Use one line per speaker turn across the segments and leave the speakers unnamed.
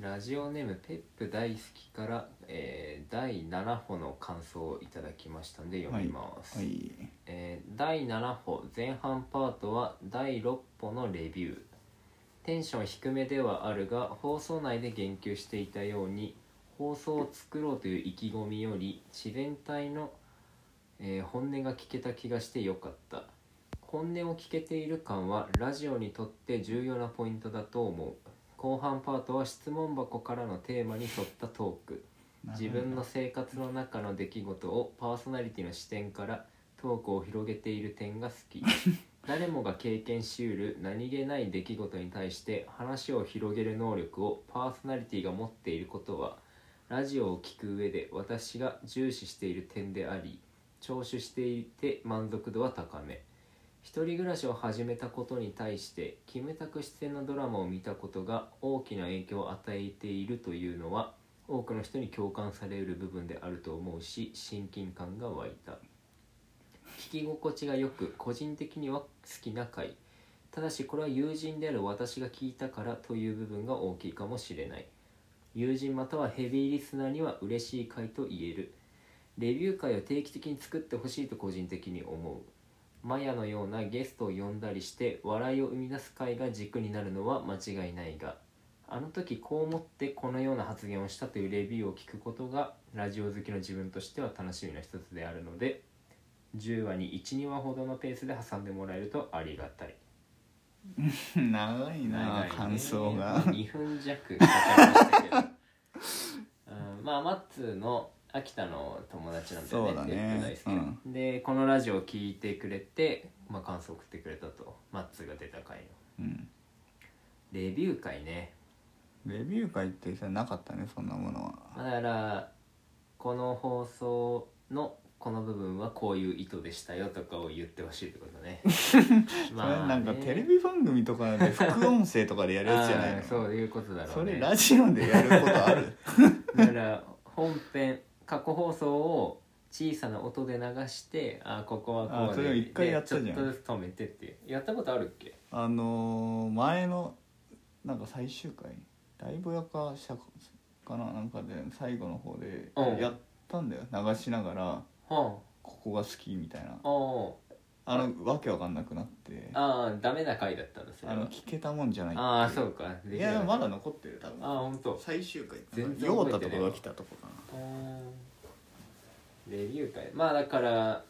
ラジオネームペップ大好きから、えー第7歩の感想をいただきましたので読みます、
はい
えー第7歩前半パートは第6歩のレビューテンション低めではあるが放送内で言及していたように放送を作ろうという意気込みより自然体の、えー本音が聞けた気がしてよかった本音を聞けている感はラジオにとって重要なポイントだと思う後半パートは質問箱からのテーマに沿ったトーク自分の生活の中の出来事をパーソナリティの視点からトークを広げている点が好き誰もが経験しうる何気ない出来事に対して話を広げる能力をパーソナリティが持っていることはラジオを聞く上で私が重視している点であり聴取していて満足度は高め一人暮らしを始めたことに対してキムタク出演のドラマを見たことが大きな影響を与えているというのは多くの人に共感される部分であると思うし親近感が湧いた聞き心地がよく個人的には好きな回ただしこれは友人である私が聞いたからという部分が大きいかもしれない友人またはヘビーリスナーには嬉しい回と言えるレビュー会を定期的に作ってほしいと個人的に思うマヤのようなゲストを呼んだりして笑いを生み出す会が軸になるのは間違いないがあの時こう思ってこのような発言をしたというレビューを聞くことがラジオ好きの自分としては楽しみの一つであるので10話に12話ほどのペースで挟んでもらえるとありがたい
長い
長
ない
ね
感想が
2分 弱かかりましたけどうんまあマッツーの秋田の友達なんだよね
そうだね
ペップ大好きなでこのラジオを聞いてくれて、まあ、感想を送ってくれたとマッツーが出た回の
うん
レビュー会ね、
レビュー会ってさなかったねそんなものは
まあ、だからこの放送のこの部分はこういう意図でしたよとかを言ってほしいってこと ね
それなんかテレ
ビ
ビ番組とかで副音声とかでやるやつじゃないの
そういうことだろうね
それラジオでやること ある
だから本編過去放送を小さな音で流してあここはこうで
あそれを一回やったじゃん
でちょっとずつ止めてっていうやったことあるっけ
あのー前のなんか最終回ライブやかしたかななんかで最後の方で
うん
やったんだよ流しながら
は
ここが好きみたいな
あお
あのわけわかんなくなって
あああダメな回だったんですよ
あの聞けたもんじゃないってい
ああそうか
いやま
だ
だ残ってる多
ああ
分
本当。
最終回
全然
ヨ
覚
ー
えて
タ
ない
とかが来たとこかな
うんレビュー会まあだから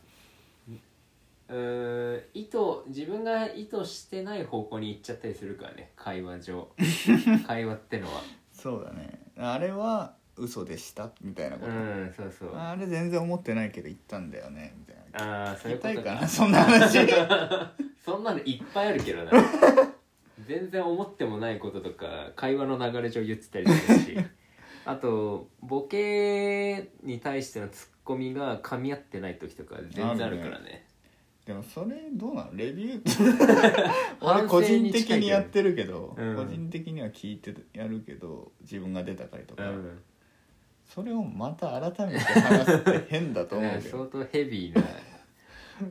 うーん意図自分が意図してない方向に行っちゃったりするからね会話 上会話ってのは
そうだねあれは嘘でしたみたいなこ
う
と、
んそうそう
あれ全然思ってないけど言ったんだよねみたいな
ああそうい
聞
う
き
こ
た
と
いかなそんな話
そんなのいっぱいあるけどな全然思ってもないこととか会話の流れ上言ってたりするしあとボケに対してのツッコミが噛み合ってない時とか全然あるからね
でもそれどうなのレビュー俺個人的にやってるけど、
うん
個人的には聞いてやるけど自分が出た回と
う
か、
ん
それをまた改めて話すって変だと 思うけ
相
ど
当ヘビー なう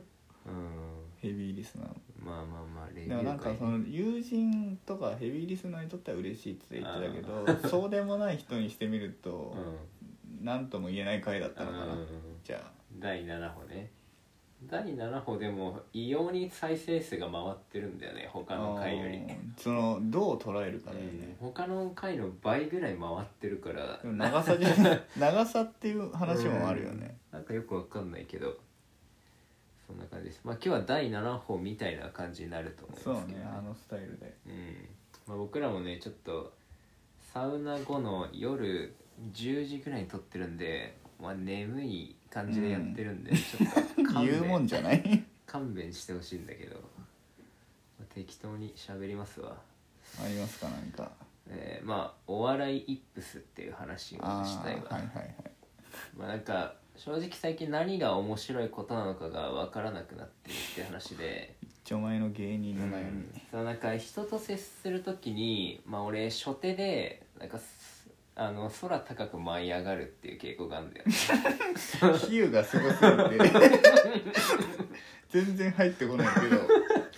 ヘビーリスナー
んまあまあまあレビ
でもなんかその友人とかヘビーリスナーにとっては嬉しいって言ってたけどそうでもない人にしてみると
う
何とも言えない回だった
ん
のかな
うん
じゃ
第7歩ね第7歩でも異様に再生数が回ってるんだよね
あ
他の回より、
あーそのどう捉えるかだよ
うん
ね、
他の回の倍ぐらい回ってるから
でも長さじゃ ない長さっていう話もあるよね
なんかよくわかんないけどそんな感じですまあ今日は第7歩みたいな感じになると思いますけ
そう
どね
ねあのスタイルで
うんまあ、僕らもねちょっとサウナ後の夜10時ぐらいに撮ってるんで、まあ、眠い感じでやってるんで、ちょっと勘
言うもん
弁
じゃない
勘弁してほしいんだけど、まあ適当に喋りますわ
ありますかなんか
えーまあお笑いイップスっていう話を
あ
し
あ
た
はいい
わ、
はいはい
まあなんか正直最近何が面白いことなのかが分からなくなってるって話で
一丁前の芸人の悩み
そうなんか人と接する時に、まあ、俺初手でなんかすあの空高く舞い上がるっていう傾向があるんだよ ね
比喩がすごすぎて全然入ってこないけど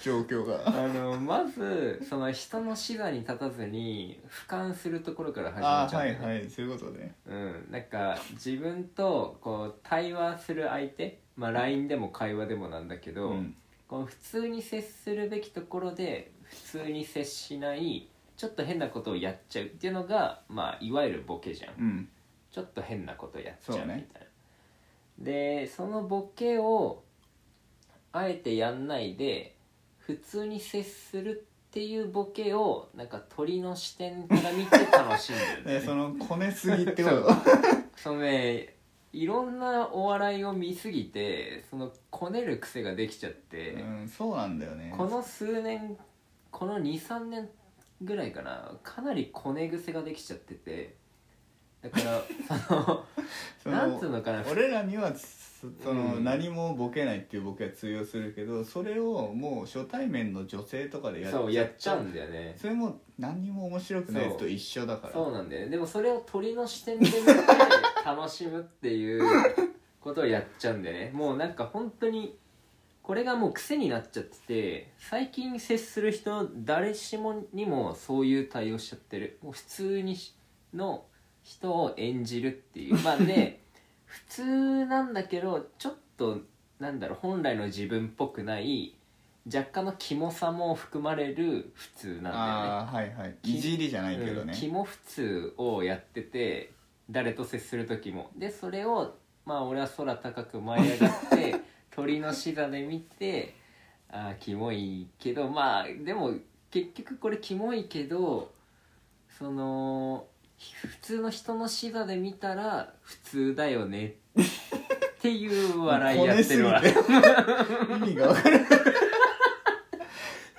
状況が
あのまずその人の視座に立たずに俯瞰するところから始ま
あ
っち
あ
ゃ
は
う
い
んだよね
はいそういうことね
うん、なんか自分とこう対話する相手、まあ、LINE でも会話でもなんだけ
う
ど、
ん
こう普通に接するべきところで普通に接しないちょっと変なことをやっちゃうっていうのが、まあ、いわゆるボケじゃん、
うん
ちょっと変なことやっちゃうみ
そ
た
う
いな、
ね
でそのボケをあえてやんないで普通に接するっていうボケをなんか鳥の視点から見て楽しんでるんだよね
でそのこ ねすぎってこ
そう
と
そのねいろんなお笑いを見すぎてそのこねる癖ができちゃって、
うんそうなんだよね
この数年この23年ぐらいかなかなりこね癖ができちゃっててだから その
そ
なんつうのかな
俺らにはそその、
うん
何もボケないっていうボケは通用するけどそれをもう初対面の女性とかでやっ
そうやっちゃうんだよね
それも何にも面白くないやつと一緒だから
そうなんだよねでもそれを鳥の視点で見て楽しむっていうことをやっちゃうんだよねもうなんか本当にこれがもう癖になっちゃってて最近接する人誰しもにもそういう対応しちゃってるもう普通にしの人を演じるっていうまあ ね普通なんだけどちょっとなんだろう本来の自分っぽくない若干のキモさも含まれる普通なんだよね
ああはいはいいじりじゃないけどね
うん、肝普通をやってて誰と接する時もでそれをまあ俺は空高く舞い上がって 鳥の視座で見てああキモいけどまあでも結局これキモいけどそのひ普通の人の視座で見たら普通だよねっていう笑いやってるわ
こねすぎて意味が分からない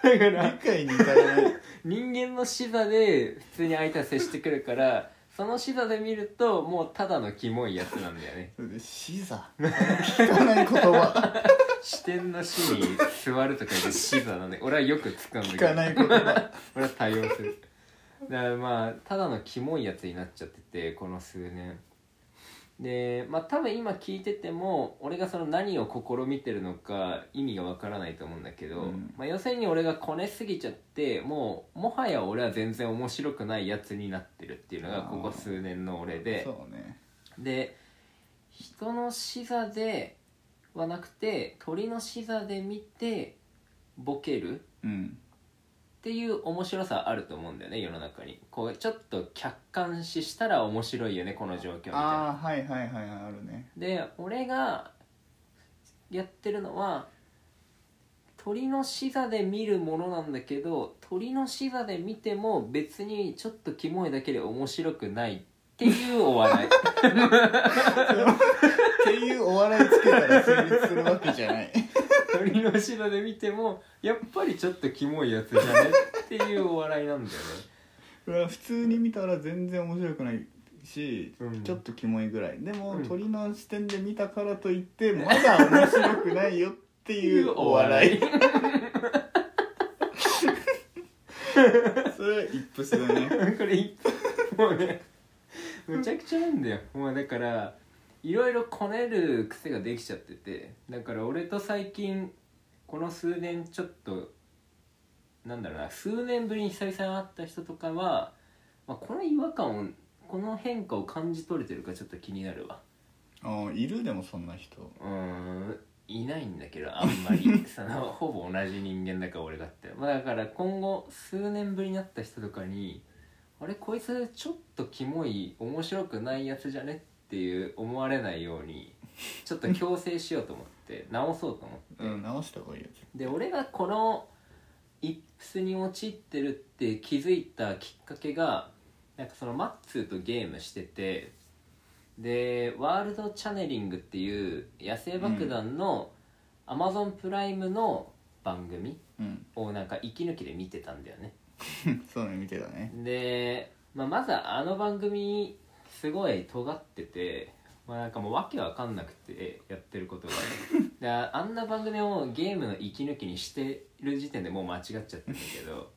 だか
理解に至らない
人間の視座で普通に相手は接してくるからその視座で見るともうただのキモいやつなんだよね
それで視座聞かない言葉
視点の視に座るとか言って視座なんで俺はよく使うんだけ
聞
ど
かない言葉
俺は対応するだからまあただのキモいやつになっちゃっててこの数年でまあ多分今聞いてても俺がその何を試みてるのか意味がわからないと思うんだけど、
うん
まあ、要するに俺がこねすぎちゃってもうもはや俺は全然面白くないやつになってるっていうのがここ数年の俺で
そうね
で人の視座ではなくて鳥の視座で見てボケる
うん
っていう面白さあると思うんだよね世の中にこうちょっと客観視したら面白いよねこの状況みたいな
ああはいはいはいあるね
で俺がやってるのは鳥の視座で見るものなんだけど鳥の視座で見ても別にちょっとキモいだけで面白くないっていうお 笑い
っていうお笑いつけたら成立するわけじゃない
鳥の視座で見てもやっぱりちょっとキモいやつじゃねっていうお笑いなんだよね
これは 普通に見たら全然面白くないし、
うん
ちょっとキモいぐらいでも、
うん
鳥の視点で見たからといってまだ面白くないよ っていうお笑いそれは一プスだ ね
これいもうねむちゃくちゃなんだよもうだからいろいろこねる癖ができちゃっててだから俺と最近この数年ちょっとなんだろうな数年ぶりに久々に会った人とかは、まあ、この違和感をこの変化を感じ取れてるかちょっと気になるわ
ああいるでもそんな人
うーんいないんだけどあんまりそのほぼ同じ人間だから俺だって、まあ、だから今後数年ぶりになった人とかに「あれこいつちょっとキモい面白くないやつじゃね?」っていう思われないようにちょっと強制しようと思って直そうと思って
うん直した方がいいや
で俺がこのイップスに陥ってるって気づいたきっかけがなんかそのマッツーとゲームしててでワールドチャネリングっていう野生爆弾のアマゾンプライムの番組
つうん
をなんか息抜きで見てたんだよね
そうね見てたね
で、まあ、まずあの番組すごい尖ってて、まあ、なんかもうわけわかんなくてやってることがであんな番組をゲームの息抜きにしてる時点でもう間違っちゃってんだけど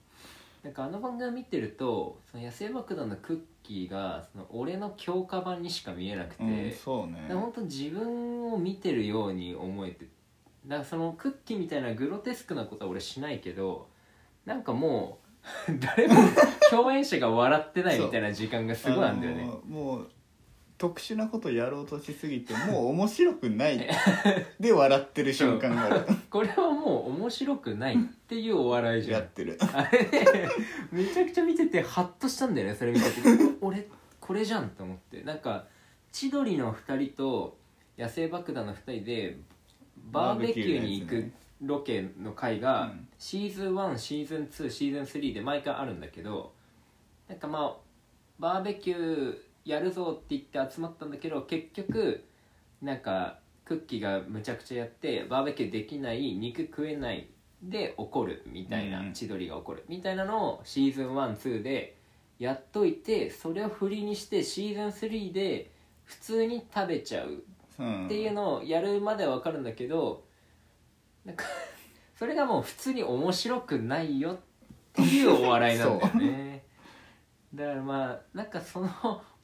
なんかあの番組見てるとその野生爆弾のクッキーがその俺の強化版にしか見えなくて、
うんそうね
で本当自分を見てるように思えてだからそのクッキーみたいなグロテスクなことは俺しないけどなんかもう 誰も共演者が笑ってないみたいな時間がすごいあるんだよ
あ
ね
のーもう特殊なことやろうとしすぎてもう面白くない で笑ってる瞬間 がある
これはもう面白くないっていうお笑いじゃ
や
ん
ってる
あれねめちゃくちゃ見ててハッとしたんだよねそれ見た時 俺これじゃんと思ってなんか千鳥の2人と野生爆弾の2人でバーベキューに行
バーベキューのやつ
く
ね
ロケの回が
うん
シーズン1シーズン2シーズン3で毎回あるんだけどなんかまあバーベキューやるぞって言って集まったんだけど結局なんかクッキーがむちゃくちゃやってバーベキューできない肉食えないで怒るみたいな、
うん
千鳥が怒るみたいなのをシーズン12でやっといてそれを振りにしてシーズン3で普通に食べちゃう
うん
っていうのをやるまでは分かるんだけどなんか それがもう普通に面白くないよっていうお笑いなんだよねだからまあなんかその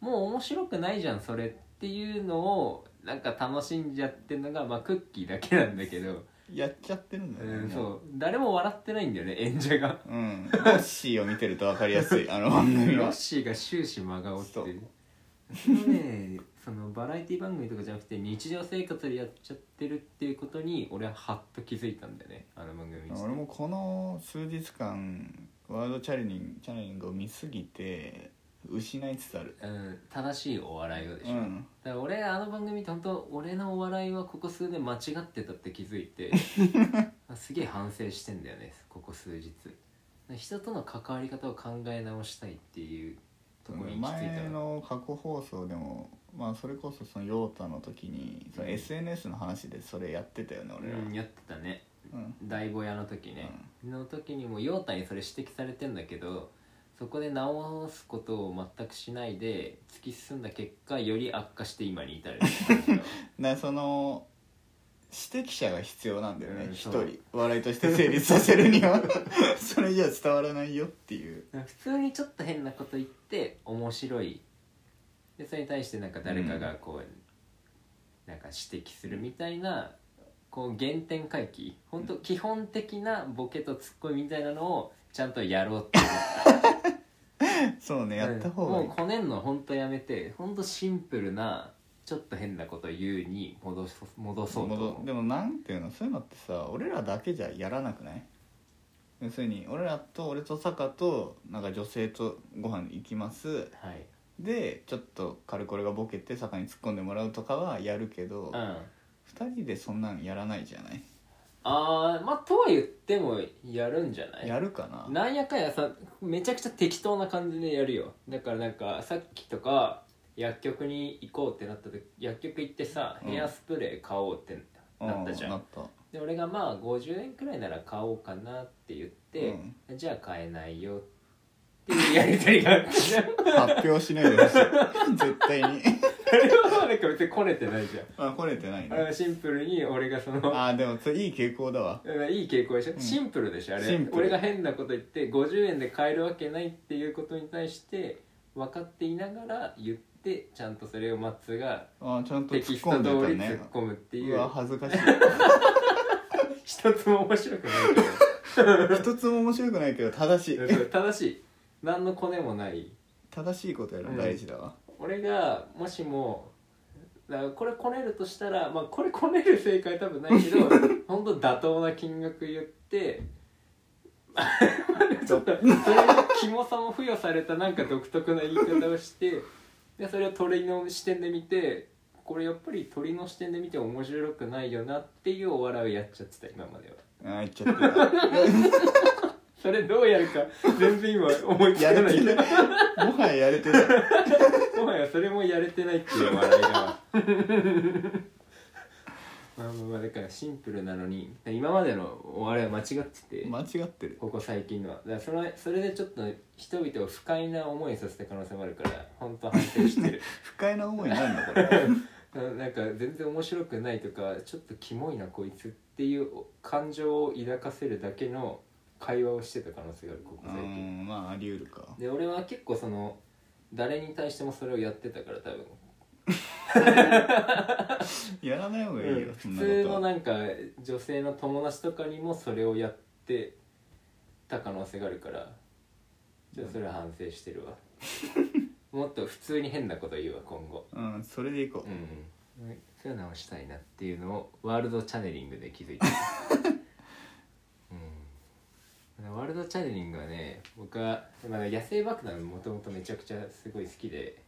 もう面白くないじゃんそれっていうのをなんか楽しんじゃってるのが、まあ、クッキーだけなんだけど、
やっちゃってるんだ
う
よね、
ん、
も
そう誰も笑ってないんだよね演者が
うん、ロッシーを見てると分かりやすいあの番組
ロ
は
ッシーが終始真顔って
そう
いうそれはねそのバラエティ番組とかじゃなくて日常生活でやっちゃってるっていうことに俺はハッと気づいたんだよねあの番組見てて
俺もこの数日間ワールドチャレンジチャレンジを見すぎて失いつつある
うん、正しいお笑いをでし
う
ょ、だ
ん
から俺あの番組って本当俺のお笑いはここ数年間違ってたって気づい てすげえ反省してんだよねここ数日人との関わり方を考え直したいっていうところに行き着いた
前
の
の過去放送でも、まあ、それこそそのヨータの時にその
うん
SNS の話でそれやってたよね俺ら、
うん、やってたね
うん
大坊屋の時ね、の時にも陽太にそれ指摘されてんだけどそこで直すことを全くしないで突き進んだ結果より悪化して今に 至る
なその指摘者が必要なんだよね
うん
一、
そう
人笑いとして成立させるには それじゃ伝わらないよっていう
普通にちょっと変なこと言って面白いでそれに対してなんか誰かがこう、なんか指摘するみたいなこう原点回帰本当基本的なボケとツッコミみたいなのをちゃんとやろうって
そうねやった方がいい、
もうこねんのほんとやめてほんとシンプルなちょっと変なこと言うに戻そ戻そうと
戻
思う
でもなんていうのそういうのってさ俺らだけじゃやらなくない要するに俺らと俺と坂となんか女性とご飯行きます
はい
でちょっと軽く俺がボケて坂に突っ込んでもらうとかはやるけど、
うんあ
二人でそんなんやらないじゃない、
あーまあとは言ってもやるんじゃない
やるかな
なんやかんやさめちゃくちゃ適当な感じでやるよだからなんかさっきとか薬局に行こうってなった時薬局行ってさ
うん
ヘアスプレー買おうってなったじゃん、
うなった
で俺がまあ50円くらいなら買おうかなって言って、じゃあ買えないよっていうやりとりがあったじゃん
発表しないでほしい 絶対に
あれはなんか別にこねてないじゃ
あ来れてない
んあれ
ね
はシンプルに俺がその
あーでもそれいい傾向だわ
いい傾向でしょ、
うん
シンプルでしょあ
シ
れ
ンプル
俺が変なこと言って50円で買えるわけないっていうことに対して分かっていながら言ってちゃんとそれをマッツが
あーちゃんと
テ
突
キ
っ
スト
込ん
通
でた
り
ね
突っ込むっていう
うわ恥ずかしい
一つも面白くない
一つも面白くないけど正し
け
い
ど そう正しい何のコネもない
正しいことやるの大事だわ、
俺がもしもだからこれこねるとしたら、まあ、これこねる正解多分ないけど本当妥当な金額言ってちょっとそれにキモさも付与されたなんか独特な言い方をしてでそれを鳥の視点で見てこれやっぱり鳥の視点で見ても面白くないよなっていうお笑いをやっちゃってた今までは
ああ言っちゃって
それどうやるか全然今思いつ
たや
かな
れ
い
て
け
る
ど
もはややれてる
もはやそれもやれてないっていう笑いがまあまあまあだからシンプルなのに今までのお笑いは間違ってて、
間違ってる
ここ最近のはだからそれそれでちょっと人々を不快な思いさせた可能性もあるから本当反省してる
不快な思いなんだこれ
ななんか全然面白くないとかちょっとキモいなこいつっていう感情を抱かせるだけの会話をしてた可能性があるここ
う
最近
んまああり得るか
で俺は結構その誰に対してもそれをやってたから多分
やらない方がいいよ、
普
そんな
通
こと
の
は
なんか女性の友達とかにもそれをやってた可能性があるからちょっとそれは反省して るわもっと普通に変なこと言うわ今後
うんそれでいこう、
うんそういうのをしたいなっていうのをワールドチャネリングで気づい た、うん、ワールドチャネリングはね僕はまあ野生爆弾もともとめちゃくちゃすごい好きで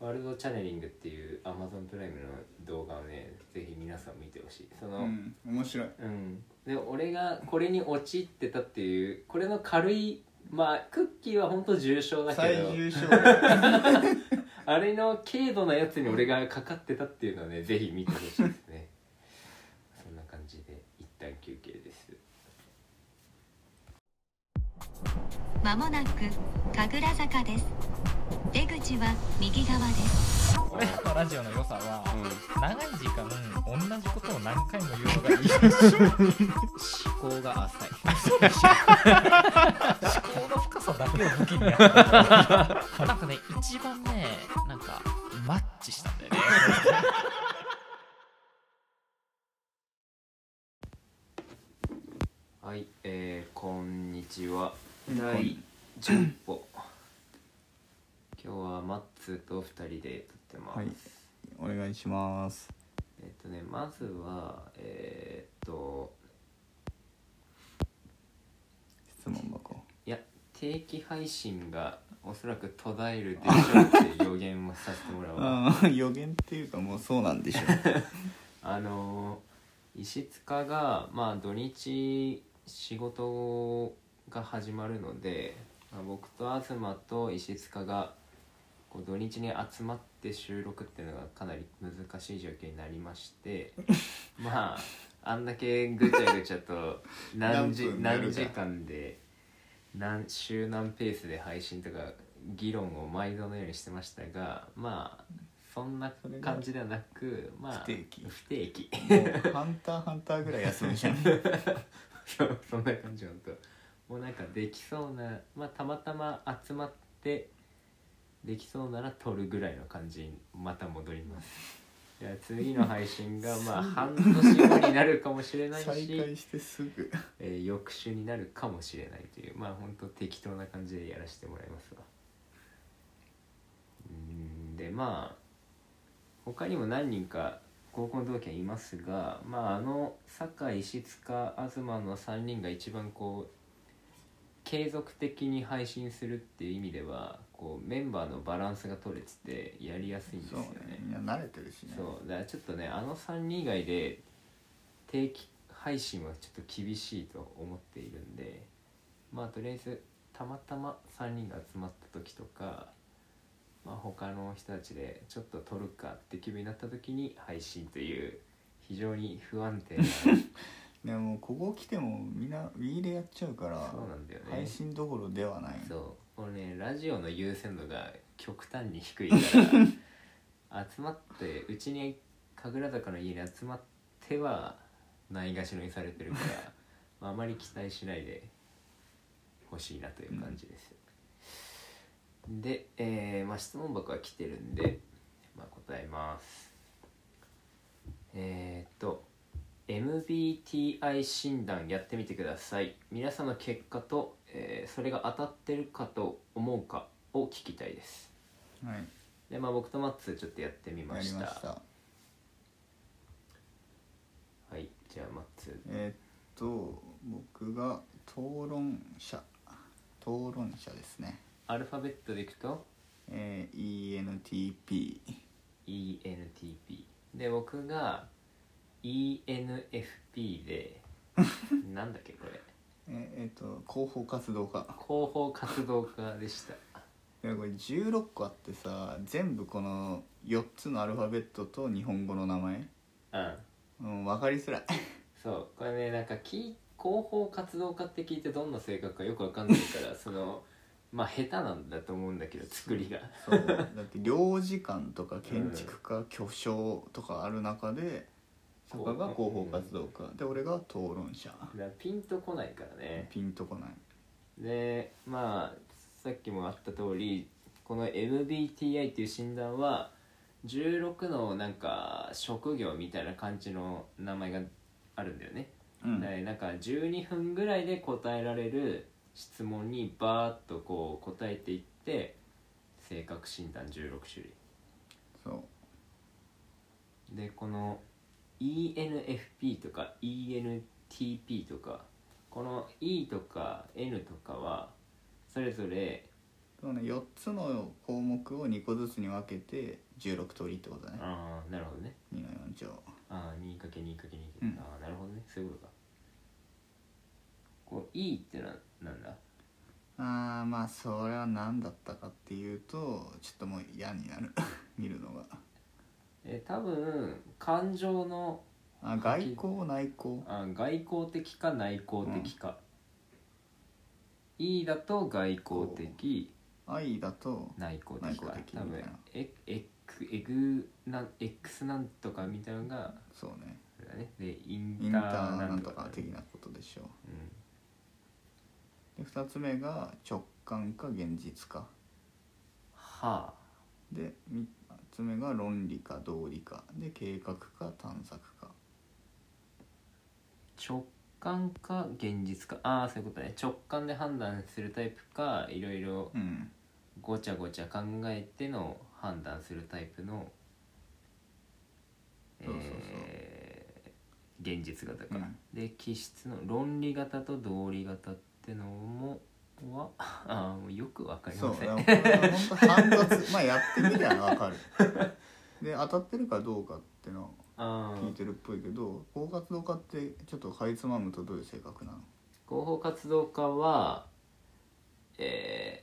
ワールドチャネリングっていうアマゾンプライムの動画をねぜひ皆さん見てほしいその、
うん、面白い
うん、で俺がこれに陥ってたっていうこれの軽いまあクッキーは本当重症だけ
最
ど
重症だ
あれの軽度なやつに俺がかかってたっていうのはねぜひ見てほしいですねそんな感じで一旦休憩です
まもなく神楽坂です。出口は右側です。
俺らのラジオの良さは、長い時間同じことを何回も言うのがいい
思考が浅い
思考の深さだけを武器にやって
なんかね一番ねなんかマッチしたんだよね
はいえー、こんにちは
第
10歩今日はマッツーと2人で撮ってます、
はいお願いします
えっとねまずはえー、っと
質問箱
いや定期配信がおそらく途絶えるでしょうって予言をさせてもらうわ
ああ予言っていうかもうそうなんでしょ
あのー石塚がまあ土日仕事が始まるので、まあ僕と東と石塚がこう土日に集まって収録っていうのがかなり難しい状況になりまして まああんだけぐちゃぐちゃと何時
何
何
分やるか
時間で何週何ペースで配信とか議論を毎度のようにしてましたがまあそんな感じではなくまあ
不定期
不定期
うもう「ハンターハンター」ぐらい休みじゃん
そうそんな感じ本当もうなんかできそうなまあたまたま集まってできそうなら撮るぐらいの感じにまた戻り ますいや次の配信が まあ半年後になるかもしれない
再
し、
開してすぐ
えー翌週になるかもしれないというまあ本当適当な感じでやらせてもらいますわうんでまあ他にも何人か高校の同期はいますが、まあ、あの酒井石塚東の3人が一番こう継続的に配信するっていう意味ではこうメンバーのバランスが取れててやりやすいんです
そ
よ
う
ね
ね。みんな慣れてるしね
そうだからちょっとねあの3人以外で定期配信はちょっと厳しいと思っているんでまあとりあえずたまたま3人が集まった時とか、まあ、他の人たちでちょっと撮るかって気分になった時に配信という非常に不安定な
でもここ来てもみんなウィーでやっちゃうから
そうなんだよね
配信どころではない
そうこれねラジオの優先度が極端に低い から集まってうちに神楽坂の家に集まってはないがしろにされてる から、まあ、あまり期待しないでほしいなという感じです、で、えーまあ、質問箱が来てるんで、まあ、答えますえーっと MBTI 診断やってみてください皆さんの結果と、えーそれが当たってるかと思うかを聞きたいです
はいや
でまあ僕とマッツーちょっとやってみ
り
ま
ま
した
した
はいじゃあマッツ
えーっと僕が討論者討論者ですね
ーアルファベットでいくと
えー ENTP
ENTP で僕が ENFP でなんだっけこれ
えーえーっと広報活動家
広報活動家でした
いやこれ16個あってさ全部この4つのアルファベットと日本語の名前
うん
うん分かりづらい
そうこれねなんか聞い広報活動家って聞いてどんな性格かよくわかんないからそのまあ下手なんだと思うんだけど作りが
そうだって領事館とか建築家巨匠とかある中で坂が広報活動家で俺が討論者
だからピンとこないからね
ピンとこない
でまあさっきもあった通りこの MBTI っていう診断は16のなんか職業みたいな感じの名前があるんだよね、
うん
でなんか12分ぐらいで答えられる質問にバーッとこう答えていって性格診断16種類
そ
でこの ENFP とか ENTP とかこの E とか N とかはそれぞれ
うそうね4つの項目を2個ずつに分けて16通りってことだね
ああなるほどね
2の4乗
ああ 2×2×2
うん
ああなるほどねそういうことかこう E ってななんだ
あーまあそれは何だったかっていうとちょっともう嫌になる 見るのが
えー多分感情の
あ外交内交
あ外交的か内向的か、E だと外交的
愛だと
内向的か
内向的
多
みた
分
いな
ええくえぐなん X なんとかみたいなのが
そうね
あれだねでイン
イン
タ
タ
ー
ー
な
なんん
と
と
か
か
だね
的なことでしょ
うん
うで2つ目が直感か現実か
はあ
で3つ目が論理か道理かで計画か探索か
直感か現実かああそういうことね直感で判断するタイプかいろいろ
うん
ごちゃごちゃ考えての判断するタイプの
そうそうそう
えー現実型か、
うん
で気質の論理型と道理型ってのもは あーもうよくわかり
そう
ま
だ
せん
からこれは本当煩雑 まあやってみりゃ分かるで当たってるかどうかっての
あ
聞い
ー
てるっぽいけど高活動家ってちょっとかいつまむとどういう性格なの
広報活動家はえ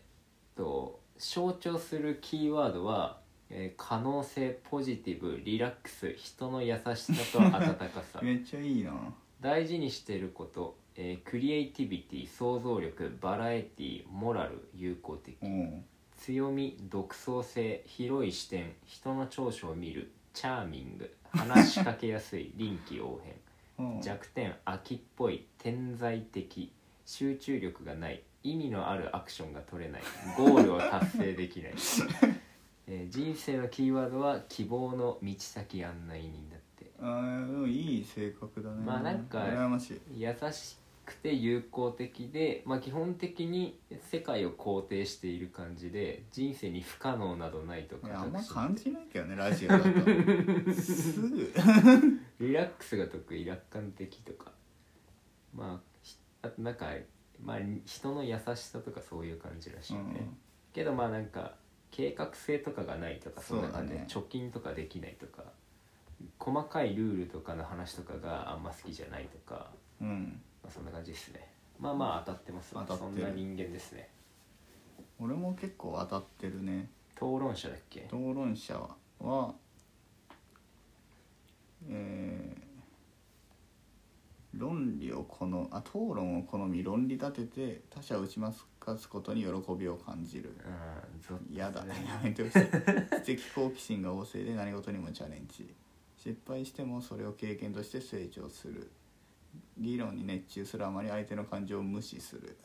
ーっと象徴するキーワードは、えー可能性ポジティブリラックス人の優しさと温か さ
めっちゃいいな
大事にしていること、えークリエイティビティ想像力バラエティモラル友好的
おう
強み独創性広い視点人の長所を見るチャーミング話しかけやすい臨機応
おう
変弱点秋っぽい天才的集中力がない意味のあるアクションが取れないゴールを達成できない、えー人生のキーワードは希望の道先案内人だって
あーでもいい性格だね
まあなんか
羨ましい
優しくて友好的で、まあ、基本的に世界を肯定している感じで人生に不可能などないと
い
か
やあんま感じないけ どねラジオだとすぐ
リラックスが得意楽観的とかまあひあとなんか、まあ、人の優しさとかそういう感じらしいよね、
うん
けどまあなんか計画性とかがないとかそんな感じで、
そう
貯
だ
金とかできないとか細かいルールとかの話とかがあんま好きじゃないとか、
うん
まあ、そんな感じですねまあまあ当たってます
当たってる
そんな人間ですね
俺も結構当たってるね
討論者だっけ
討論者ははえー論理をこのあ討論を好み論理立てて他者を打ち負かすことに喜びを感じる
うんぞ
嫌だやめてほしい 知的好奇心が旺盛で何事にもチャレンジ失敗してもそれを経験として成長する議論に熱中するあまり相手の感情を無視する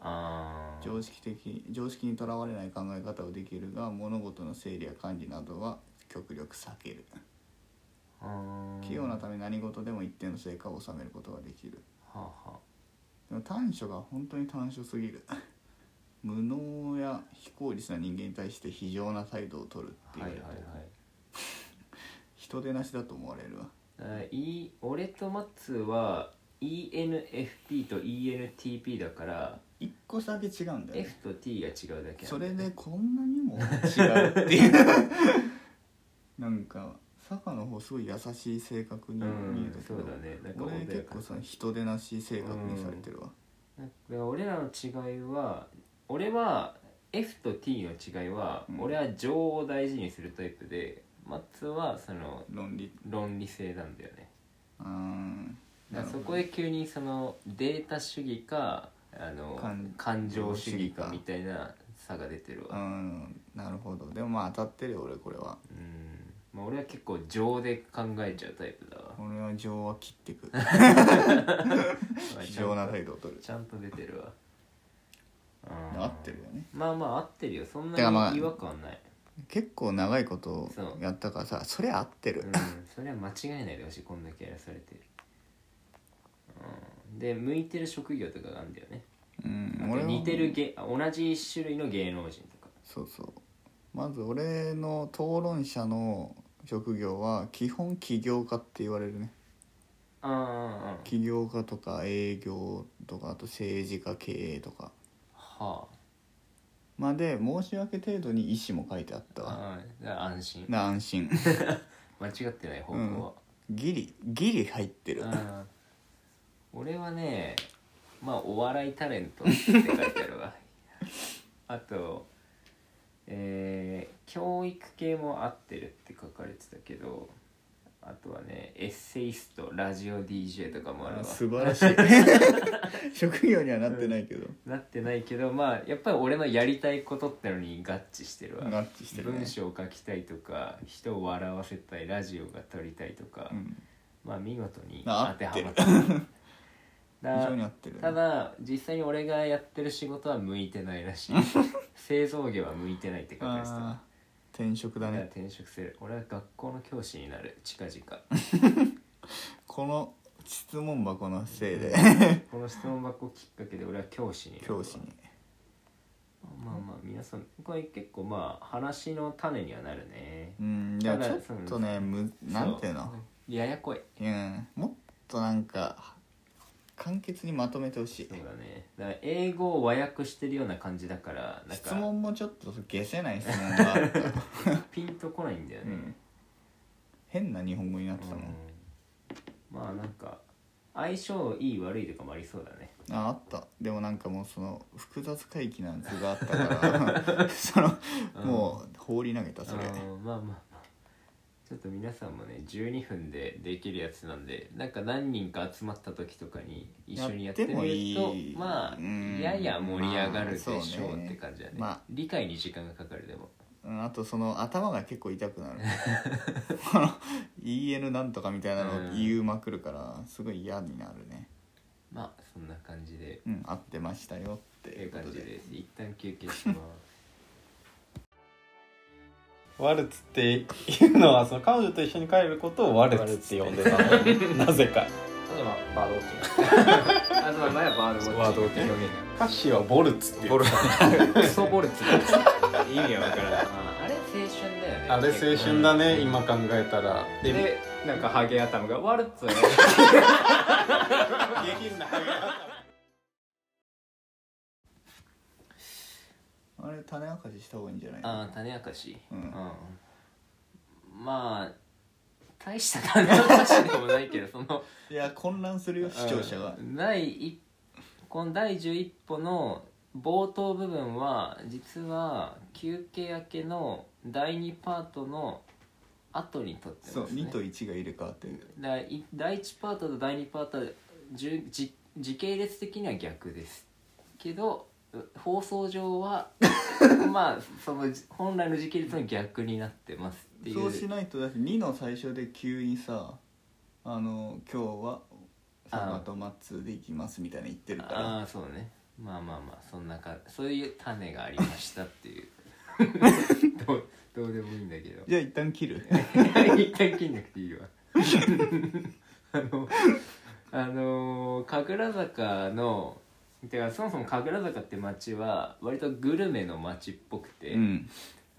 あー
常識的常識にとらわれない考え方をできるが物事の整理や管理などは極力避ける
あー
器用なため何事でも一定の成果を収めることができる
はあは
でも短所が本当に短所すぎる無能や非効率な人間に対して非常な態度を取るって
あ
い
は
う、
いはいはい
人手なしだと思われるわ
だから E 俺とマッツーは ENFP と ENTP だから、
一個だけ違うんだよ
F
ね
と T が違うだけ
そ
なん
れ
だよ
で
ね
こんなにも違うっ ていうなんか坂の方すごい優しい性格に
う
見え
ん
たけ
そ
ど、
うだねなんか
俺
穏や
結
か
構さ人でなし性格にされてるわ、
だから俺らの違いは俺は F と T の違いは、
うん
俺は情を大事にするタイプでマッツーはその
論理
論理性なんだよね
うーん
だからそこへ急にそのデータ主義かあの
感
感情主義か
感情主義か
みたいな差が出てる
うー
わ
んなるほどでもまあ当たってるよ俺これは
うん、まあ、俺は結構情で考えちゃうタイプだわ
俺は情は切っ てく
まあ
非
ちゃんと
常な態度を取る
ちゃんと出てるわうん
合ってるよね
まあまあ合ってるよそん
て
な
かまあ
に違和感ない、
結構長いこと
そう
やったからさそれ合ってる
うん、それは間違えないでほしいこんだけやらされてる、うん、で向いてる職業とかがあるんだよね
うん、
あと
俺は
似てる芸あ同じ種類の芸能人とか
そうそうまず俺の討論者の職業は基本起業家って言われるね
あああ
起業家とか営業とかあと政治家経営とか
は
まで申し訳程度に意思も書いてあったわ
あああ安心
な安心
間違ってない方向は、
ギリギリ入ってる
うん俺はねまあお笑いタレントって書いてあるわ あとえー教育系も合ってるって書かれてたけどあとはねエッセイストラジオ DJ とかもあるわ
素晴らしい 職業にはなってないけど
なってないけどまあやっぱり俺のやりたいことってのに合致してるわ
合致してるね
文章を書きたいとか人を笑わせたいラジオが撮りたいとか、
うん
まあ見事に当
あ
て
合っ
は
て
ま
る
った。
非
だ
常に合ってる
ただ実際に俺がやってる仕事は向いてないら しい製造業は向いてないって書かれてた
あ
な
ー転職だ
だから
ね
転職する俺は学校の教師になる近 々
この質問箱のせいで
この質問箱きっかけで俺は教師になるわ
教師に
まあまあ皆さんこれ結構まあ話の種にはなるね
うんいや
ただ
ちょっとねむなんていうの
そうややこい
うんもっとなんか簡潔にまとめてほしい
そうだねだから英語を和訳してるような感じだからなん
質
か
問もちょっと消せない質問が あった、
ピンとこないんだよ
う
ね、
ん、変な日本語になってたもん、
うんまあなんか相性いい悪いとかもありそうだね
ああったでもなんかもうその複雑回帰なん図があったから その、もう放り投げたそれ、
うんまあまあまあちょっと皆さんもね12分でできるやつなんでなんか何人か集まった時とかに一緒にやってみると
やってもいい
ま
う
あ
ん
やや盛り上がるでしょう
まあそうね
って感じだね,、
まあ
理解に時間がかかるでも
うんあとその頭が結構痛 くなるこの EN なんとかみたいなのを言うまくるからすごい嫌になるね
まあそんな感じで
うん合ってましたよって
とい
いううこ
感
と
じ
で
です一旦休憩し ます
ワルツっていうのはその彼女と一緒に帰ることをワルツって呼んでたのなぜか
例えばバードウォッチング
あとは前はバードウォッチングって表現
歌詞はボルツって言ってた
がクソボルツだ意味がわからないああれ青春だよね
あれ青春だね今考えたら
でなんかハゲ頭が「ワルツ」
あれ種明かしした方がいいんじゃない
ああ種明かし
うん
うん まあ大した種明かしでもないけどその
いや混乱するよ視聴者が
第一この第11歩の冒頭部分は実は休憩明けの第2パートの後に撮って
そう
ますね
2と1が入れ替わってる
だい第1パートと第2パートはじゅじ時系列的には逆ですけどう放送上 はまあそのじ本来の時系列の逆になってますっていう
そうしないとだって2の最初で急にさ「あの今日は
あー
サバとマッツーで行きます」みたいな言ってるから
ああそうねまあまあまあそんなかそういう種がありましたって いうどうどうでもいいんだけど
じゃあ一旦切る
一旦切んなくていいわあのあのー神楽坂のてかそもそも神楽坂って町は割とグルメの町っぽくて、
うん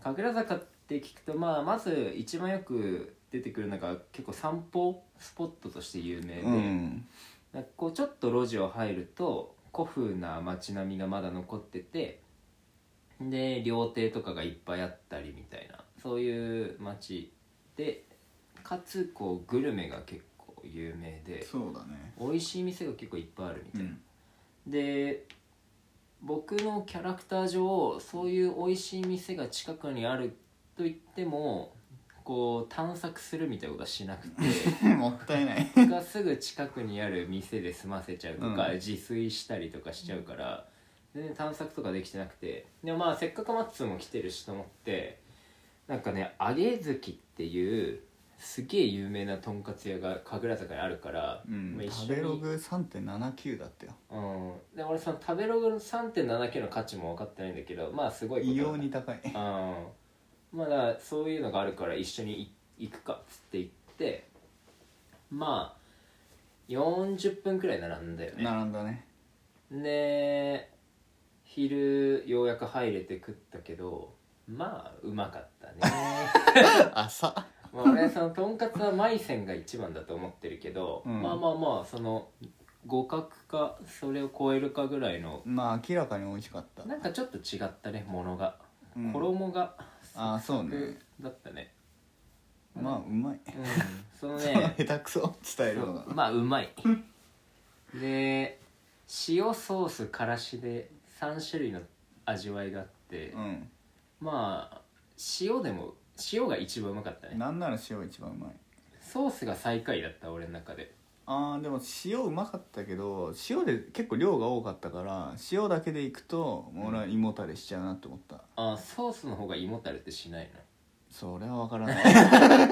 神楽坂って聞くと、まあ、まず一番よく出てくるのが結構散歩スポットとして有名で、
うん
なんかこうちょっと路地を入ると古風な街並みがまだ残っててで料亭とかがいっぱいあったりみたいなそういう街でかつこうグルメが結構有名で
そうだね
美味しい店が結構いっぱいあるみた
う
いな、
ん
で僕のキャラクター上そういう美味しい店が近くにあると言ってもこう探索するみたいなことはしなくて。
もった いない
がすぐ近くにある店で済ませちゃうとか、
うん
自炊したりとかしちゃうから全然探索とかできてなくてでもまあせっかくマッツーも来てるしと思ってなんかね揚げ好きっていうすげえ有名なとんかつ屋が神楽坂にあるから、
うん
まあ一緒
食
に
べログ3.79だったよ
うん、で俺その食べログの3.7キロの価値も分かってないんだけどまあすごいこと
異
だ
様に高い
うんまあだからそういうのがあるから一緒にい行くかっつって行ってまあ40分くらい並んだよね
並んだ ね
で昼ようやく入れて食ったけどまあうまかった ね
朝
まあ俺そのとんかつは舞仙が一番だと思ってるけど、
うん
まあまあまあその互角かそれを超えるかぐらいの
まあ明らかに美味しかった、
なんかちょっと違ったねものが、
うん
衣が
ああそうね
楽だったね
まあうまい、
うんその
その
ね
下手くそ伝えるのが
まあうまいで塩ソースからしで3種類の味わいがあって、
うん
まあ塩でも塩が一番うまかったね
なんなら塩一番うまい
ソースが最下位だった俺の中で
あーでも塩うまかったけど塩で結構量が多かったから塩だけでいくともう俺は胃もたれしちゃうなと思った、
あソースの方が胃もたれってしない
それは分から な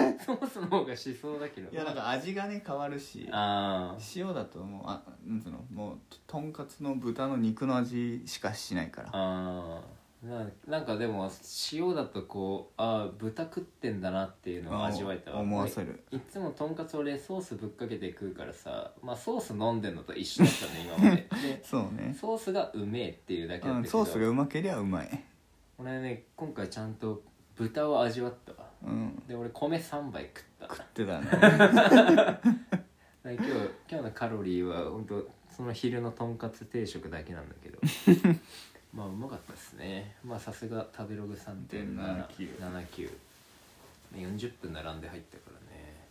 い
のソースの方がしそうだけど
いやなんか味がね変わるし
あ
塩だともうあなんつうのもうととんかつの豚の肉の味しかしないから
ああーななんかでも塩だとこうああ豚食ってんだなっていうのを味わえた
あ思わせる
いつもとんかつ俺ソースぶっかけて食うからさまあソース飲んでんのと一緒だったね今まで
そう
で
ね、
ソースがうめえっていうだけ
う
だった
ん、
けど
ソースがうまけりゃうまい
俺ね今回ちゃんと豚を味わったわ
うん
で俺米3杯食った
食っ てたね
だから今日今日のカロリーは本当その昼のとんかつ定食だけなんだけ どまあうまかったですねまあさすが食べログ3.79 40分並んで入ったからね、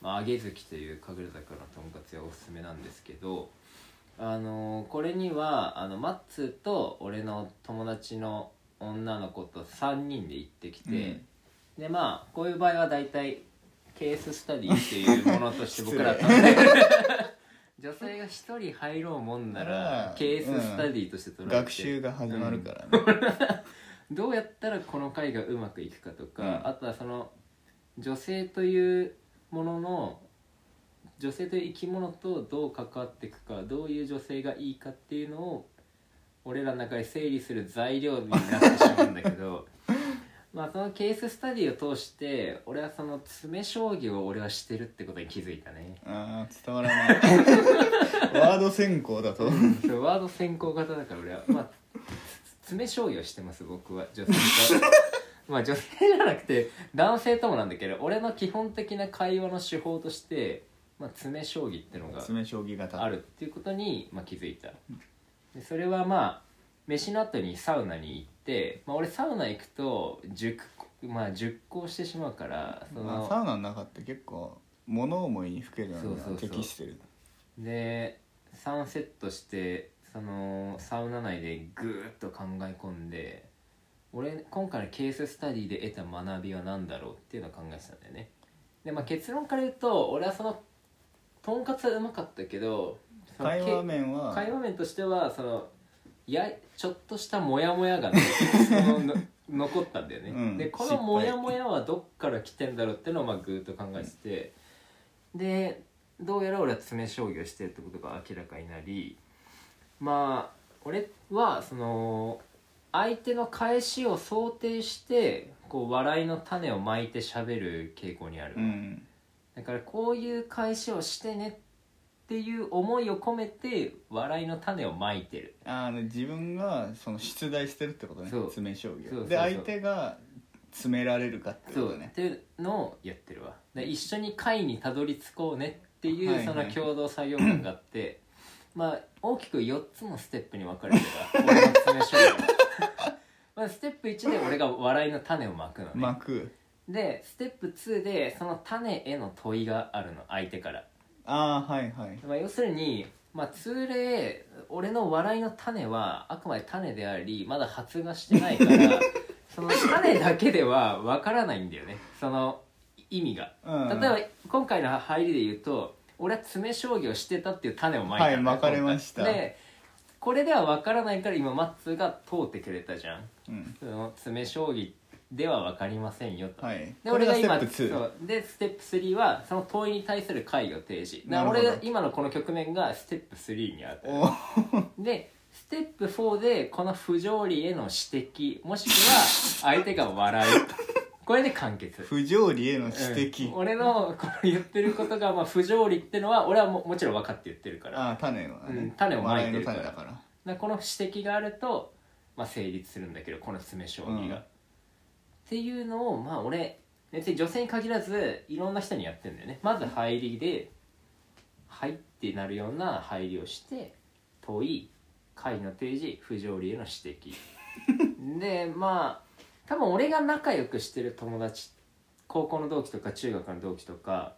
まあ、揚げ好きという神楽坂のとんかつ屋おすすめなんですけどあのこれにはあのマッツーと俺の友達の女の子と3人で行ってきて、
うん
でまあこういう場合は大体ケーススタディっていうものとして僕ら 女性が一人入ろうもんな
う
ら
ん
ケーススタディとして捉えて、
学習が始まるからね、
どうやったらこの回がうまくいくかとか、
うん
あとはその女性というものの女性という生き物とどう関わっていくかどういう女性がいいかっていうのを俺らの中で整理する材料になってしまうんだけ どまあそのケーススタディを通して俺はその詰将棋を俺はしてるってことに気づいたね。
ああ伝わ らないワード選考だと
そうワード先行型だから俺はまあつ詰将棋をしてます僕は女性と まあ女性じゃなくて男性ともなんだけど俺の基本的な会話の手法として、まあ、詰将棋ってのが
詰め将棋型
あるっていうことに、まあ、気づいたでそれはまあ飯の後にサウナに行って、まあ、俺サウナ行くと熟まあ熟考してしまうからその、
まあ、サウナの中って結構物思いにふけるの
そう
に
そうそう
適してる
で3セットしてそのサウナ内でぐーっと考え込んで俺今回のケーススタディで得た学びは何だろうっていうのを考えてたんだよねで、まあ、結論から言うと俺はそのとんかつはうまかったけどその
会
け
話面は
会話面としてはそのやちょっとしたモヤモヤ がねそのの残ったんだよね、
うん
でこ
失
の
敗
モヤモヤはどっから来てんだろうっていうのをまあぐーっと考えてて、でどうやら俺は詰将棋をしてるってことが明らかになりまあ俺はその相手の返しを想定してこう笑いの種をまいて喋る傾向にある、
うん
だからこういう返しをしてねっていう思いを込めて笑いの種をまいてる
あの自分がその出題してるってことね
そう
詰め将棋
そう
を
そうそう
で相手が詰められるかって
そ
こ
う
と
っ
ね
ていうのをやってるわで一緒に会にたどり着こうねってい
はいうはい
その共同作業感があって、まあ大きく4つのステップに分かれてるわ俺の詰め将 棋はまあステップ1で俺が笑いの種をまくのね、
巻く
でステップ2でその種への問いがあるの相手から
ああはいはい
まあ、要するに、まあ、通例俺の笑いの種はあくまで種でありまだ発芽してないから その種だけではわからないんだよねその意味が
うん
例えば今回の入りで言うと俺は詰将棋をしてたっていう種をまいたんだ
はいまかれました
でこれではわからないから今マッツーが通ってくれたじゃん
うん
その詰将棋ではわかりませんよと、
はい
で俺が今
これがステップ2
そうでステップ3はその問いに対する解を提示だから
なるほ
俺
ど
が今のこの局面がステップ3にあたる
お
でステップ4でこの不条理への指摘もしくは相手が笑これで完結
不条理への指
う
摘
ん、俺のこの言ってることがまあ不条理ってのは俺はももちろん分かって言ってるから
ああ種はね、
うん種をまいてるから
笑いの種だから
だからこの指摘があると、まあ、成立するんだけどこの詰め将棋が、
うん
っていうのをまあ俺別に女性に限らずいろんな人にやってんだよねまず入りで「はい」ってなるような入りをして問い解の提示不条理への指 摘でまあ多分俺が仲良くしてる友達高校の同期とか中学の同期とか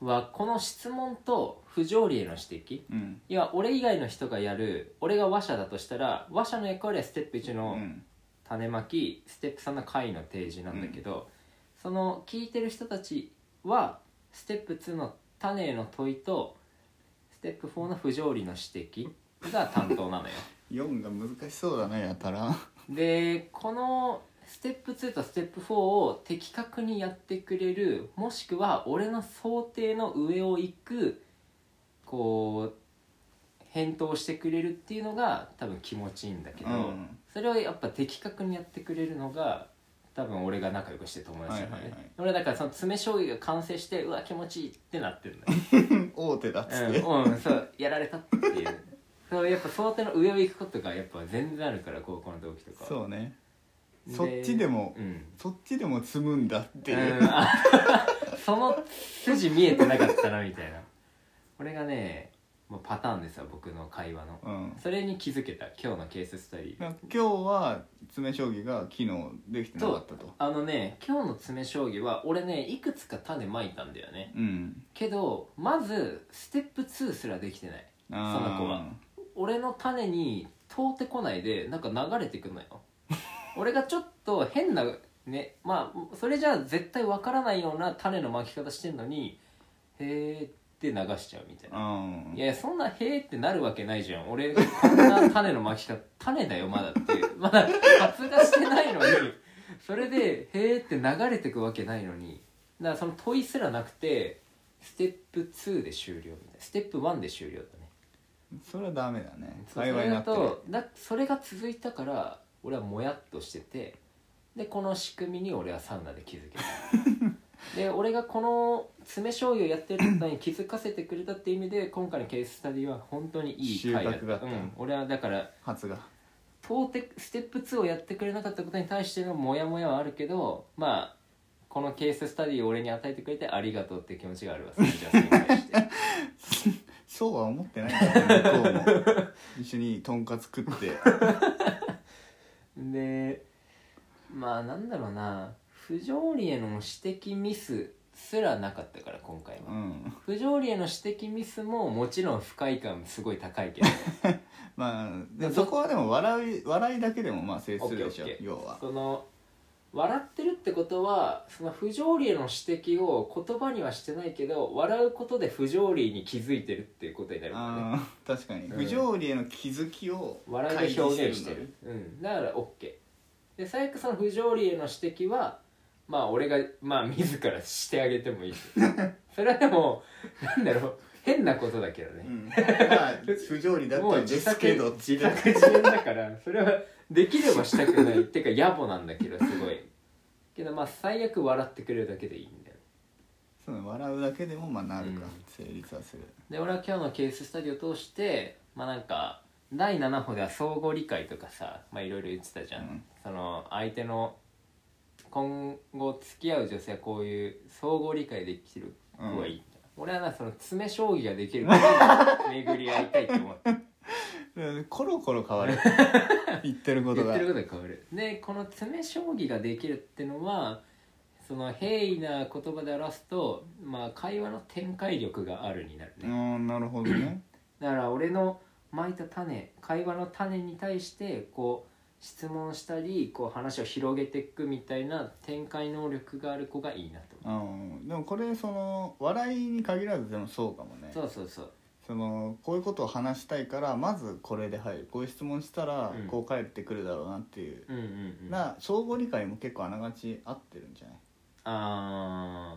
はこの質問と不条理への指摘
うん
いや俺以外の人がやる俺が話者だとしたら話者の役割はステップ1
う
の
ん
種まき、ステップ3の解の提示なんだけど、その聞いてる人たちはステップ2の種への問いとステップ4の不条理の指摘が担当なのよ
4が難しそうだなやたら
でこのステップ2とステップ4を的確にやってくれるもしくは俺の想定の上を行くこう返答してくれるっていうのが多分気持ちいいんだけど、
うん
それをやっぱ的確にやってくれるのが多分俺が仲良くしてる友達なんだね、
はいはいはい
俺だからその詰め将棋が完成してうわ気持ちいいってなってるんだ よ
大手だっつって、
うん、うん、そうやられたっていうそうやっぱ想定の上を行くことがやっぱ全然あるから高校の同期とか
そうねそっちでも
うん
そっちでも積むんだっていう、
うん あその筋見えてなかったなみたいなこれがね、まあ、パターンですよ僕の会話の
うん
それに気づけた今日のケーススタディ
今日は詰将棋が機能できてなかったと
あのね今日の詰め将棋は俺ねいくつか種まいたんだよね
うん
けどまずステップ2すらできてない
あー
その子は俺の種に通ってこないでなんか流れてくのよ 俺がちょっと変なねまあそれじゃあ絶対わからないような種の巻き方してんのに「へーって流しちゃうみたいな。
うん
いやいやそんな「へーってなるわけないじゃん俺こんな種の巻き方 種だよまだっていうまだ発芽してないのにそれで「へーって流れてくわけないのにだからその問いすらなくてステップ2で終了みたいなステップ1で終了だね
それはダメだね
そう
幸いになって
それだ
る
とだそれが続いたから俺はもやっとしててでこの仕組みに俺はサウナで気づ けたで俺がこの詰将棋をやってることに気づかせてくれたって意味で今回のケーススタディは本当にいい回だっ
収
た
穫だった
うん、俺はだから
発が
到底ステップ2をやってくれなかったことに対してのモヤモヤはあるけどまあこのケーススタディを俺に与えてくれてありがとうっていう気持ちがあるわそれじゃあそれに対して
そうは思ってないからね向こ うも一緒にとんかつ食って
でまあなんだろうな不条理への指摘ミスすらなかったから今回は、
うん
不条理への指摘ミスももちろん不快感すごい高いけど
まあでもそこはでも笑い笑いだけでもまあ制するでしょ
オッケーオッケー
要は
その笑ってるってことはその不条理への指摘を言葉にはしてないけど笑うことで不条理に気づいてるっていうことになるからね
あー確かに
うん
不条理への気づきを
笑いで表現して
開示
るうん、だから OK で最悪その不条理への指摘はまあ俺がまあ自らしてあげても いいしそれはでもなんだろう変なことだけどね、
んだうんまあ不条理だった
もうん
で
自
す
作
けど
自作自演だからそれはできればしたくないっていうか野暮なんだけどすごいけどまあ最悪笑ってくれるだけでいいんだよ
そうね笑うだけでもまあなるか、
うん
成立はする
で俺は今日のケーススタディを通してまあなんか第7歩では相互理解とかさまあいろいろ言ってたじゃん、
うん
その相手の今後付き合う女性はこういう相互理解できる方がいい、俺はなその詰将棋ができ ることに巡り合いたいと思って
うんコロコロ変 わる言ってるこ
言
と
っ
が
てることが変わるでこの詰将棋ができるってのはその平易な言葉で表すと、まあ、会話の展開力があるになるね、
うんなるほどね
だから俺のまいた種会話の種に対してこう質問したりこう話を広げていくみたいな展開能力がある子がいいなと
うんでもこれその笑いに限らずでもそうかもね
そうそうそう
そのこういうことを話したいからまずこれで入るこういう質問したら
うん
こう返ってくるだろうなっていう、
うんうんうんあ
な相互理解も結構あながち合ってるんじゃない
あ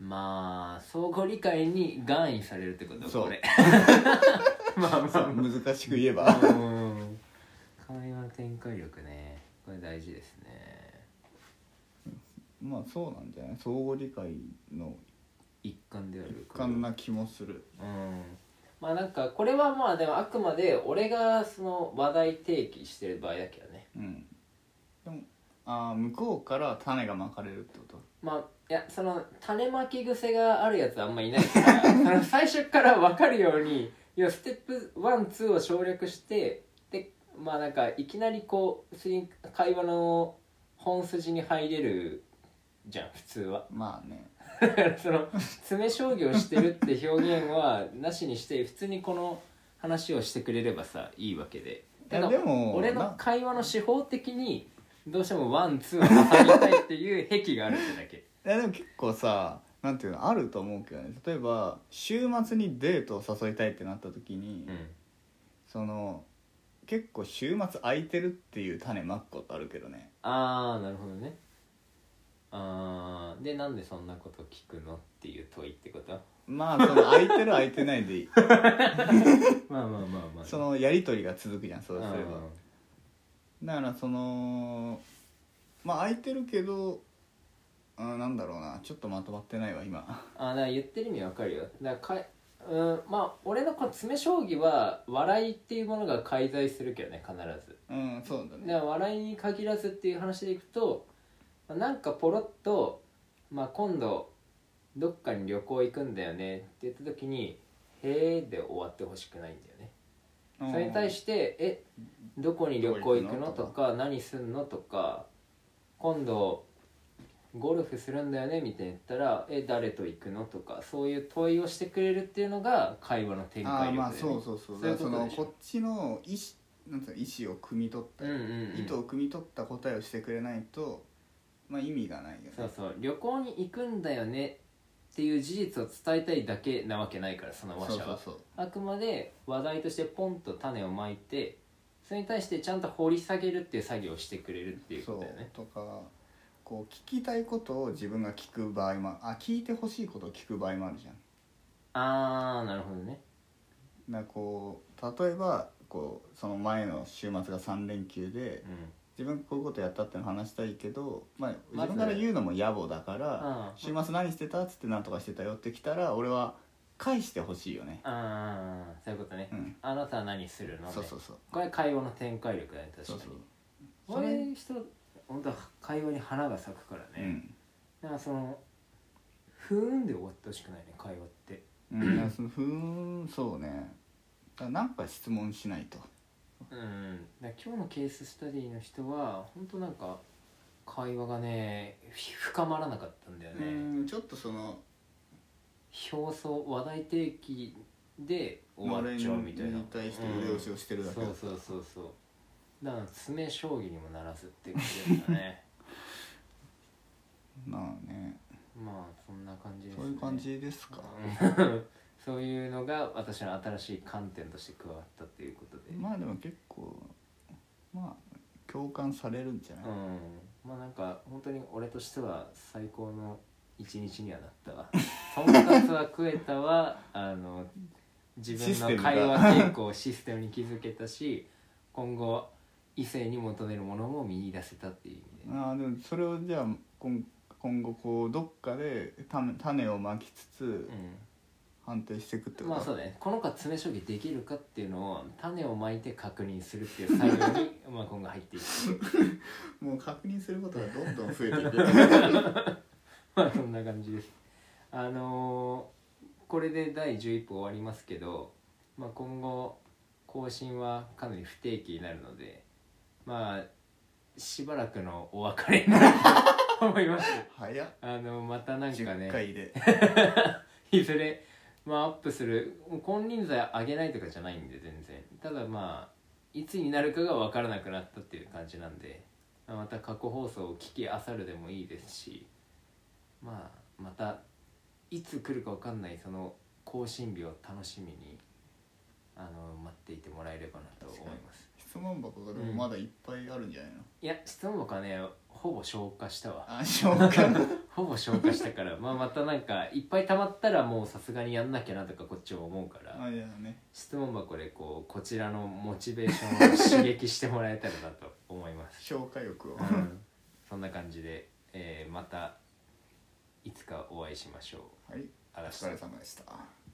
ーまあ相互理解に含意されるってこと
そう
これ まあまあ、ま
難しく言えば
あ、うん会話の展開力ねこれ大事ですね
まあそうなんじゃない相互理解の
一環である
一環な気もする
うんまあなんかこれはまあでもあくまで俺がその話題提起してる場合だけどね
うんでもああ向こうから種がまかれるってこと
まあいやその種まき癖があるやつはあんまいないからその最初から分かるようにいやステップ12を省略してでまあなんかいきなりこう普通に会話の本筋に入れるじゃん普通は
まあね
その詰将棋をしてるって表現はなしにして普通にこの話をしてくれればさいいわけで
いやでも
俺
な
の会話の手法的にどうしてもワンツーを挟みたいっていう癖があるってだけ
いやでも結構さなんていうのあると思うけどね例えば週末にデートを誘いたいってなった時に、
うん
その結構週末空いてるっていう種まくことあるけどね
ああなるほどねああでなんでそんなこと聞くのっていう問いってこと
まあその空いてる空いてないでい い
まあまあまあまあ
そのやり取りが続くじゃんそううんすればだからそのまあ空いてるけどあなんだろうなちょっとまとまってないわ今
あーだから言ってる意味わかるよだからかいうんまあ俺のこの詰将棋は笑いっていうものが介在するけどね必ず
うんそうだ
で
ね
笑いに限らずっていう話でいくとまあなんかポロッと、まあ、今度どっかに旅行行くんだよねって言った時に「へえ」で終わってほしくないんだよねそれに対して「えどこに旅行行くの?」とか「何すんの?」とか「今度ゴルフするんだよね」みたいに言ったら「え誰と行くの?」とかそういう問いをしてくれるっていうのが会話の展
あ
開力だ
あ
よね
まあそうそうそう
そういう
だ
こ
から
とで
その
しょ
こっちの意思なんつうの意思を汲み取った
うんうんうん
意図を汲み取った答えをしてくれないとまあ意味がないよね
そうそう旅行に行くんだよねっていう事実を伝えたいだけなわけないからその話
そう
は
そうそう
あくまで話題としてポンと種をまいてそれに対してちゃんと掘り下げるっていう作業をしてくれるっていう
そ
こ
う
とだよね
とかこう聞きたいことを自分が聞く場合もあ聞いてほしいことを聞く場合もあるじゃん
ああなるほどね
だからこう例えばこうその前の週末が3連休で
うん
自分がこういうことやったっての話したいけど、まあ、
ま
自
ず
分から言うのも野暮だから
あ
「週末何してた?」っつって「何とかしてたよ」って来たら俺は返してほしいよね
あああそういうことね、
うん
あなたは何するのね
そうそうそう
これ会話の展開力だね確か
そう
に
そう
こういう人本当は会話に花が咲くから
う
ね、
ん
だからそのふーんで終わってほしくないね会話って
うん、だからそのふーんそうねだからなんか質問しないと
うんだから今日のケーススタディの人は本当なんか会話がねひ深まらなかったんだよね、
うんちょっとその
表層話題提起で終わっちゃうみたいな
に対して腕押しをしてるだけ
う
だ
ん
っ
そ
た
うそうそうそうだから詰将棋にもならずっていう感じだったね
まあね
まあそんな感じです
そ
ね
ういう感じですか、
うん そういうのが私の新しい観点として加わったっていうことで、
まあでも結構まあ共感されるんじゃない、
うんまあなんか本当に俺としては最高の一日にはなった わとんかつは食えたわあの自
システ
分
ム
の
が
会話傾向システムに気づけたし今後異性に求めるものも見出せたっていう意味で
ああでもそれをじゃあ今今後こうどっかで種種をまきつつ判定していくって
うん、
こと、
まあそうだねこの子は詰将棋できるかっていうのを種をまいて確認するっていう作業に まあ今後入っていく
もう確認することがどんどん増えて いく
まあそんな感じですあのーこれで第11歩終わりますけど、まあ、今後更新はかなり不定期になるのでまあしばらくのお別れになると思い ます
早っ
あのまたなんか
10
ね
回で
いずれまあアップする金輪際上げないとかじゃないんで全然ただまあいつになるかが分からなくなったっていう感じなんでまあまた過去放送を聞きあさるでもいいですしまあまたいつ来るか分かんないその更新日を楽しみにあの待っていてもらえればなと思います
質問箱がでもまだいっぱいあるんじゃないの、
いや質問箱はねほぼ消化したわ
あ消化
ほぼ消化したからまあまたなんかいっぱい溜まったらもうさすがにやんなきゃなとかこっちも思うから
あいやね
質問箱でこうこちらのモチベーシ ョンを刺激してもらえたらなと思います、
消化欲を
うんそんな感じで、えーまたいつかお会いしましょう
はい、お
嵐
疲れ様でした。